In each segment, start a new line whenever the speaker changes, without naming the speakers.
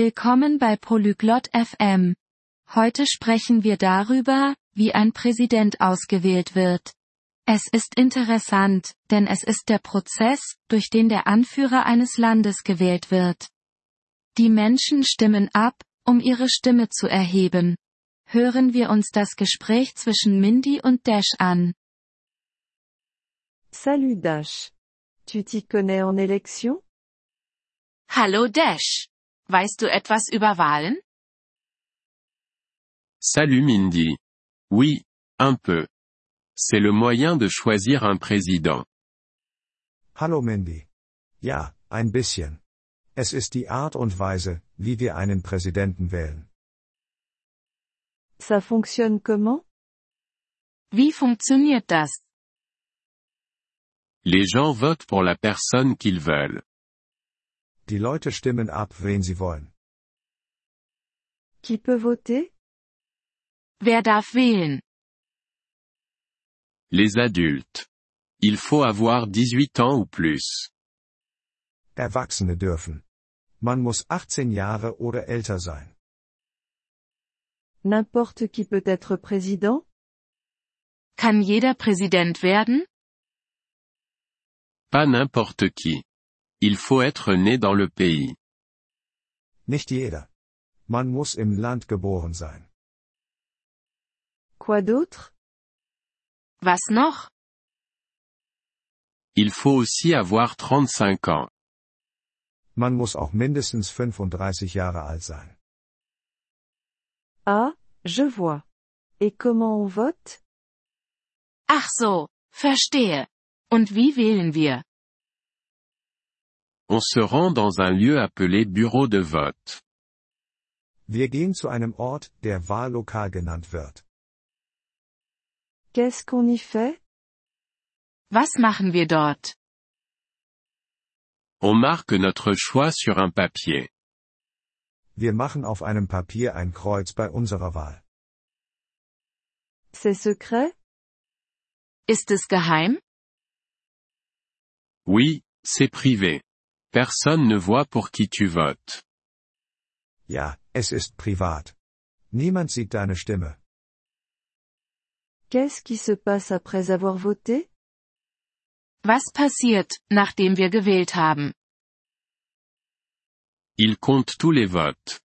Willkommen bei Polyglot FM. Heute sprechen wir darüber, wie ein Präsident ausgewählt wird. Es ist interessant, denn es ist der Prozess, durch den der Anführer eines Landes gewählt wird. Die Menschen stimmen ab, um ihre Stimme zu erheben. Hören wir uns das Gespräch zwischen Mindy und Dash an.
Salut Dash. Tu t'y connais en élection
Hallo Dash. Weißt du etwas über Wahlen?
Salut Mindy. Oui, un peu. C'est le moyen de choisir un président.
Hallo Mindy. Ja, ein bisschen. Es ist die Art und Weise, wie wir einen Präsidenten wählen.
Ça fonctionne comment
Wie funktioniert das?
Les gens votent pour la personne qu'ils veulent.
Die Leute stimmen ab, wen sie wollen.
Qui peut voter
Wer darf wählen?
Les adultes. Il faut avoir 18 ans ou plus.
Erwachsene dürfen. Man muss 18 Jahre oder älter sein.
N'importe qui peut être président
Kann jeder Präsident werden?
Pas n'importe qui. Il faut être né dans le pays.
Nicht jeder. Man muss im Land geboren sein.
Quoi d'autre
Was noch?
Il faut aussi avoir 35 ans.
Man muss auch mindestens 35 Jahre alt sein.
Ah, je vois. Et comment on vote
Ach so, verstehe. Und wie wählen wir?
On se rend dans un lieu appelé bureau de vote.
Wir gehen zu einem Ort, der Wahllokal genannt wird.
Qu'est-ce qu'on y fait
Was machen wir dort?
On marque notre choix sur un papier.
Wir machen auf einem Papier ein Kreuz bei unserer Wahl.
C'est secret
Ist es geheim?
Oui, c'est privé. Personne ne voit pour qui tu votes.
Ja, es ist privat. Niemand sieht deine Stimme.
Qu'est-ce qui se passe après avoir voté
Was passiert, nachdem wir gewählt haben?
Il compte tous les votes.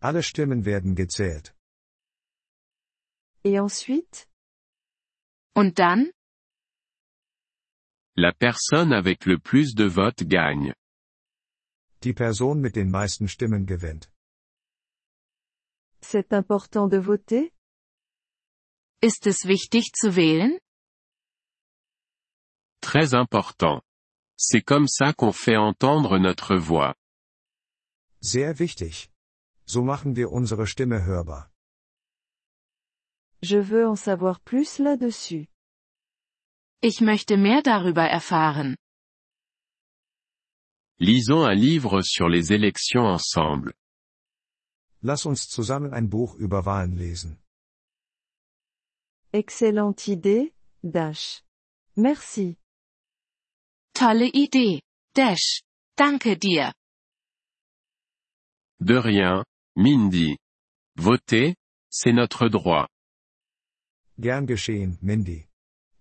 Alle Stimmen werden gezählt.
Et ensuite
Und dann?
La personne avec le plus de votes gagne.
Die Person mit den meisten Stimmen gewinnt.
C'est important de voter
Ist es wichtig zu wählen?
Très important. C'est comme ça qu'on fait entendre notre voix.
Sehr wichtig. So machen wir unsere Stimme hörbar.
Je veux en savoir plus là-dessus.
Ich möchte mehr darüber erfahren.
Lisons un livre sur les élections ensemble.
Lass uns zusammen ein Buch über Wahlen lesen.
Excellente idée, Dash. Merci.
Tolle Idee. Dash. Danke dir.
De rien, Mindy. Voter, c'est notre droit.
Gern geschehen, Mindy.